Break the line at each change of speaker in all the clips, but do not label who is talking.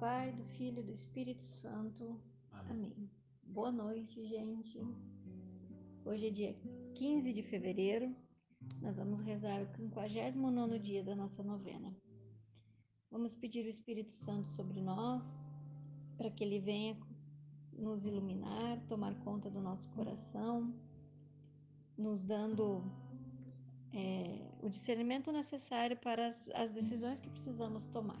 Pai, do Filho e do Espírito Santo. Amém. Boa noite, gente. Hoje é dia 15 de fevereiro. Nós vamos rezar o 59 dia da nossa novena. Vamos pedir o Espírito Santo sobre nós, para que ele venha nos iluminar, tomar conta do nosso coração, nos dando é, o discernimento necessário para as, as decisões que precisamos tomar.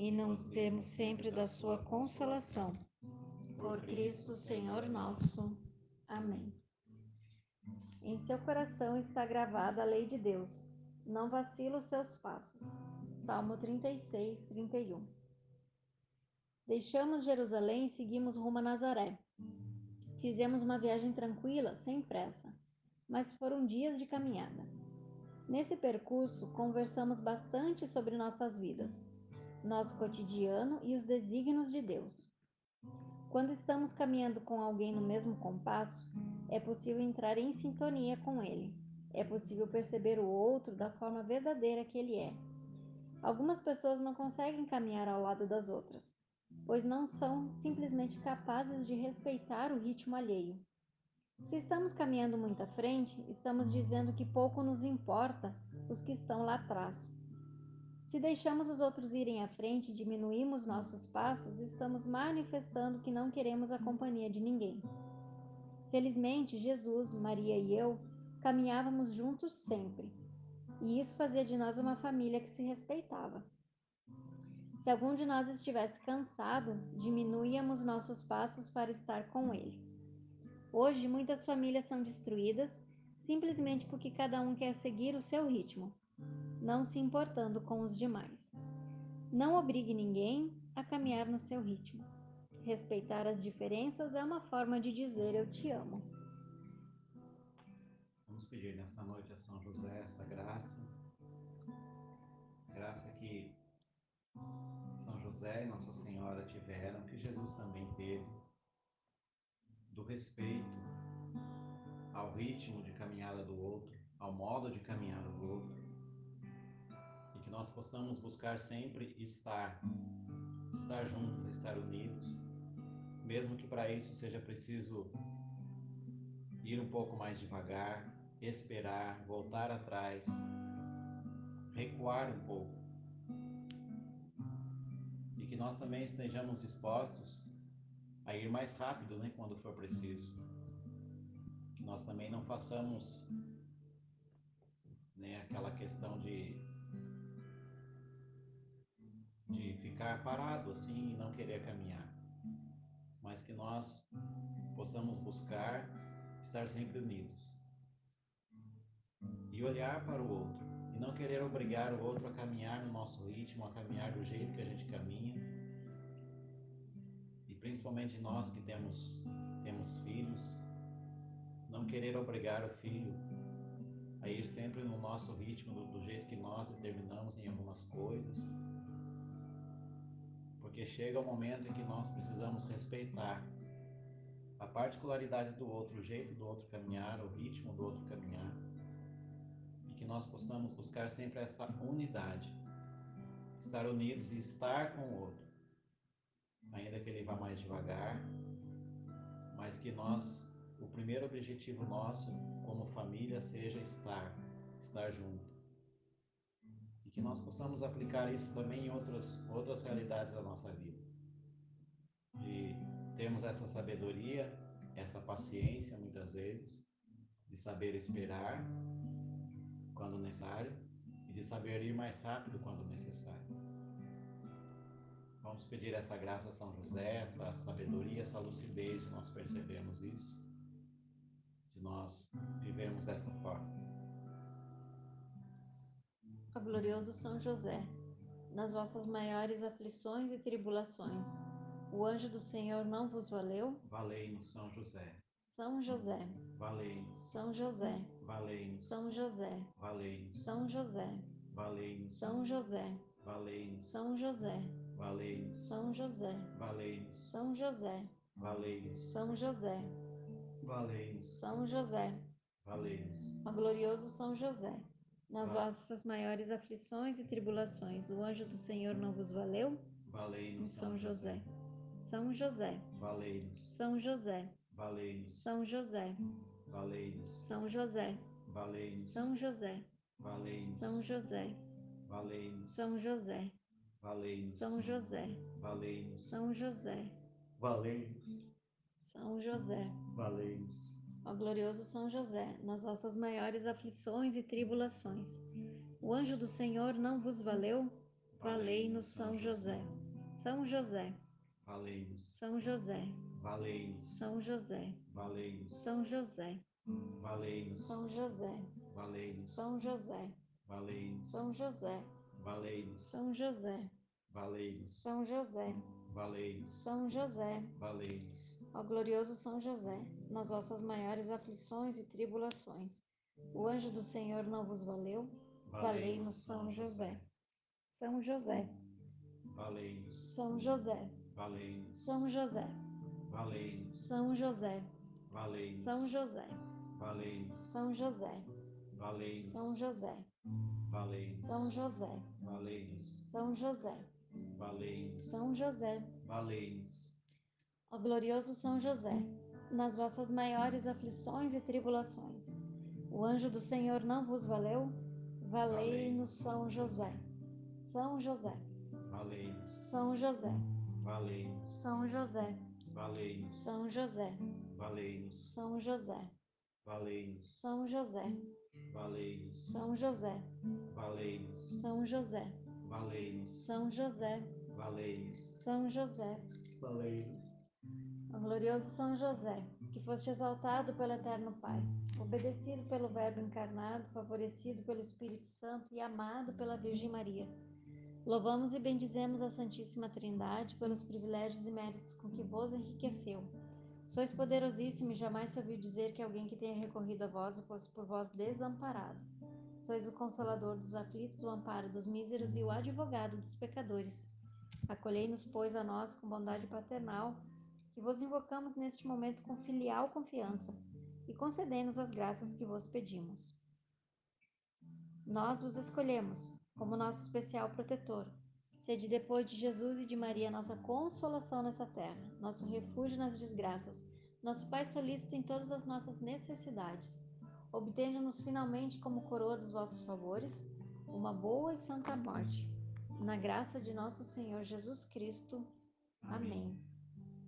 e não usemos sempre da sua consolação. Por Cristo Senhor nosso. Amém. Em seu coração está gravada a lei de Deus. Não vacila os seus passos. Salmo 36, 31. Deixamos Jerusalém e seguimos rumo a Nazaré. Fizemos uma viagem tranquila, sem pressa, mas foram dias de caminhada. Nesse percurso, conversamos bastante sobre nossas vidas, nosso cotidiano e os desígnios de Deus. Quando estamos caminhando com alguém no mesmo compasso, é possível entrar em sintonia com ele. É possível perceber o outro da forma verdadeira que ele é. Algumas pessoas não conseguem caminhar ao lado das outras, pois não são simplesmente capazes de respeitar o ritmo alheio. Se estamos caminhando muito à frente, estamos dizendo que pouco nos importa os que estão lá atrás. Se deixamos os outros irem à frente e diminuímos nossos passos, estamos manifestando que não queremos a companhia de ninguém. Felizmente, Jesus, Maria e eu caminhávamos juntos sempre, e isso fazia de nós uma família que se respeitava. Se algum de nós estivesse cansado, diminuíamos nossos passos para estar com ele. Hoje, muitas famílias são destruídas simplesmente porque cada um quer seguir o seu ritmo, não se importando com os demais. Não obrigue ninguém a caminhar no seu ritmo. Respeitar as diferenças é uma forma de dizer eu te amo.
Vamos pedir nessa noite a São José esta graça, graça que São José e Nossa Senhora tiveram, que Jesus também teve, do respeito ao ritmo de caminhada do outro, ao modo de caminhada do outro, e que nós possamos buscar sempre estar, estar juntos, estar unidos, mesmo que para isso seja preciso ir um pouco mais devagar, esperar, voltar atrás, recuar um pouco. E que nós também estejamos dispostos a ir mais rápido, né, quando for preciso. Que nós também não façamos né, aquela questão de de ficar parado assim e não querer caminhar, mas que nós possamos buscar estar sempre unidos e olhar para o outro e não querer obrigar o outro a caminhar no nosso ritmo, a caminhar do jeito que a gente caminha. E principalmente nós que temos temos filhos, não querer obrigar o filho a ir sempre no nosso ritmo, do, do jeito que nós determinamos em algumas coisas. Porque chega o um momento em que nós precisamos respeitar a particularidade do outro, o jeito do outro caminhar, o ritmo do outro caminhar, e que nós possamos buscar sempre esta unidade, estar unidos e estar com o outro, ainda que ele vá mais devagar, mas que nós, o primeiro objetivo nosso como família seja estar, estar junto. E que nós possamos aplicar isso também em outras, outras realidades da nossa vida. De temos essa sabedoria, essa paciência muitas vezes, de saber esperar quando necessário e de saber ir mais rápido quando necessário. Vamos pedir essa graça a São José, essa sabedoria, essa lucidez de nós percebemos isso, de nós vivemos dessa forma.
Ó glorioso São José nas vossas maiores aflições e tribulações. O anjo do Senhor não vos valeu?
Valei-nos, São José.
São José,
Valei-nos,
São José,
valei-nos,
São José,
valei-nos,
São José,
valei-nos,
São José,
valei-nos,
São José,
valei-nos,
São José,
valei-nos,
São José,
valei-nos,
São José,
valei-nos,
São José,
valei-nos.
ó glorioso São José. Nas
Vale.
vossas maiores aflições e tribulações, o anjo do Senhor não vos valeu?
Valei-nos,
São José, São José,
Valei-nos,
São José,
valei-nos,
São José,
valei-nos,
São José,
valei-nos,
São José,
valei-nos,
São José,
valei-nos,
São José,
valei-nos,
São José,
valei-nos,
São José, São
valei-nos,
José.
valei-nos,
Ó glorioso São José, nas vossas maiores aflições e tribulações, o anjo do Senhor não vos valeu? Valei-nos, São José, São José,
valei-nos,
São José,
valei-nos,
São José,
valei-nos,
São José,
valei-nos,
São José,
valei-nos,
São José,
valei-nos,
São José,
valei-nos,
São José,
valei-nos,
São José,
valei-nos,
São José.
valei-nos,
Ó glorioso São José, nas vossas maiores aflições e tribulações, o anjo do Senhor não vos valeu? Valei-nos, São José. São José,
valei-nos,
São José,
valei-nos,
São José,
valei-nos,
São José,
valei-nos,
São José,
valei-nos,
São José,
valei-nos,
São José,
valei-nos,
São José, São
valei-nos,
José,
valei-nos,
São José.
valei-nos,
Ó glorioso São José, nas vossas maiores aflições e tribulações, o anjo do Senhor não vos valeu? Valei-nos, São José, São José,
valei-nos,
São José,
valei-nos,
São José,
valei-nos,
São José,
valei-nos,
São José,
valei-nos,
São José,
valei-nos,
São José,
valei-nos,
São José,
valei-nos,
São José, São
valei-nos,
José.
valei-nos.
Ó glorioso São José, que foste exaltado pelo Eterno Pai, obedecido pelo Verbo encarnado, favorecido pelo Espírito Santo e amado pela Virgem Maria. Louvamos e bendizemos a Santíssima Trindade pelos privilégios e méritos com que vos enriqueceu. Sois poderosíssimo e jamais se ouviu dizer que alguém que tenha recorrido a vós fosse por vós desamparado. Sois o consolador dos aflitos, o amparo dos míseros e o advogado dos pecadores. Acolhei-nos, pois, a nós com bondade paternal que vos invocamos neste momento com filial confiança e concedei-nos as graças que vos pedimos. Nós vos escolhemos como nosso especial protetor. Sede depois de Jesus e de Maria nossa consolação nessa terra, nosso refúgio nas desgraças, nosso Pai solícito em todas as nossas necessidades. Obtenha-nos finalmente como coroa dos vossos favores, uma boa e santa morte. Na graça de nosso Senhor Jesus Cristo. Amém.